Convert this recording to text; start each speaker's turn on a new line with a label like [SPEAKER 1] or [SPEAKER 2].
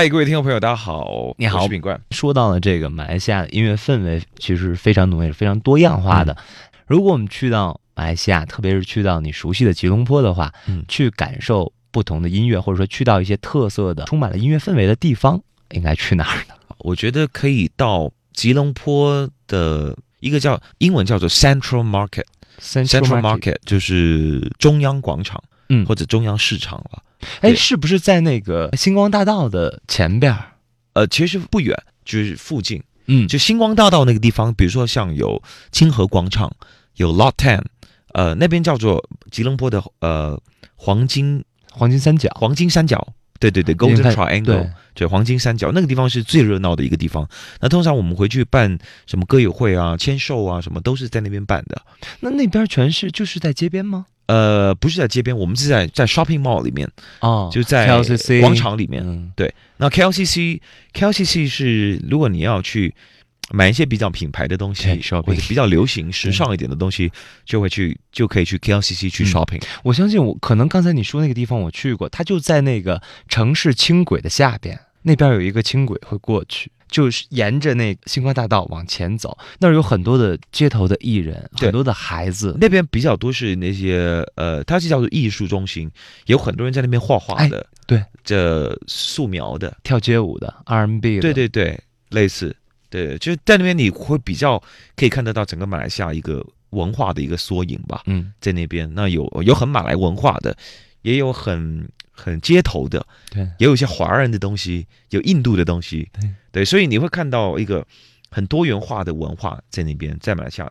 [SPEAKER 1] 嗨，各位听众朋友，大家好，
[SPEAKER 2] 你好
[SPEAKER 1] 我是品冠。
[SPEAKER 2] 说到了这个马来西亚的音乐氛围，其实非常浓烈、非常多样化的。
[SPEAKER 1] 嗯
[SPEAKER 2] 如果我们去到马来西亚，特别是去到你熟悉的吉隆坡的话，
[SPEAKER 1] 嗯
[SPEAKER 2] 去感受不同的音乐，或者说去到一些特色的、充满了音乐氛围的地方，应该去哪儿呢？
[SPEAKER 1] 我觉得可以到吉隆坡的一个叫英文叫做 Central Market。Central Market 就是中央广场，
[SPEAKER 2] 嗯
[SPEAKER 1] 或者中央市场了。
[SPEAKER 2] 哎，
[SPEAKER 1] 对
[SPEAKER 2] 是不是在那个星光大道的前边儿？
[SPEAKER 1] 呃，其实不远，就是附近，
[SPEAKER 2] 嗯
[SPEAKER 1] 就星光大道那个地方，比如说像有清河广场，有 Lot Ten，呃，那边叫做吉隆坡的呃黄金
[SPEAKER 2] 黄金三角。
[SPEAKER 1] 黄金三角，对对对
[SPEAKER 2] 应
[SPEAKER 1] ，Golden
[SPEAKER 2] 该
[SPEAKER 1] Triangle，
[SPEAKER 2] 对，
[SPEAKER 1] 对，黄金三角那个地方是最热闹的一个地方。那通常我们回去办什么歌友会啊、签售啊，什么都是在那边办的。
[SPEAKER 2] 那那边全是就是在街边吗？
[SPEAKER 1] 呃，不是在街边，我们是在在 shopping mall 里面，
[SPEAKER 2] 哦，
[SPEAKER 1] 就在
[SPEAKER 2] KLCC
[SPEAKER 1] 广场里面。
[SPEAKER 2] 嗯
[SPEAKER 1] 那 KLCC KLCC 是如果你要去买一些比较品牌的东西
[SPEAKER 2] 对，shopping
[SPEAKER 1] 或者比较流行、时尚一点的东西，就会去就可以去 KLCC 去
[SPEAKER 2] 嗯
[SPEAKER 1] shopping。
[SPEAKER 2] 我相信我可能刚才你说那个地方我去过，它就在那个城市轻轨的下边，那边有一个轻轨会过去，就是沿着那个星光大道往前走，那儿有很多的街头的艺人，
[SPEAKER 1] 对
[SPEAKER 2] 很多的孩子。
[SPEAKER 1] 那边比较多是那些呃，它是叫做艺术中心，有很多人在那边画画的，
[SPEAKER 2] 哎对，
[SPEAKER 1] 这素描的，
[SPEAKER 2] 跳街舞的 R&B 的，
[SPEAKER 1] 对对对，类似，对，就是在那边你会比较可以看得到整个马来西亚一个文化的一个缩影吧，
[SPEAKER 2] 嗯，
[SPEAKER 1] 在那边，那有有很马来文化的，也有很很街头的，
[SPEAKER 2] 对，
[SPEAKER 1] 也有一些华人的东西，有印度的东西，
[SPEAKER 2] 对
[SPEAKER 1] 所以你会看到一个很多元化的文化在那边，在马来西亚。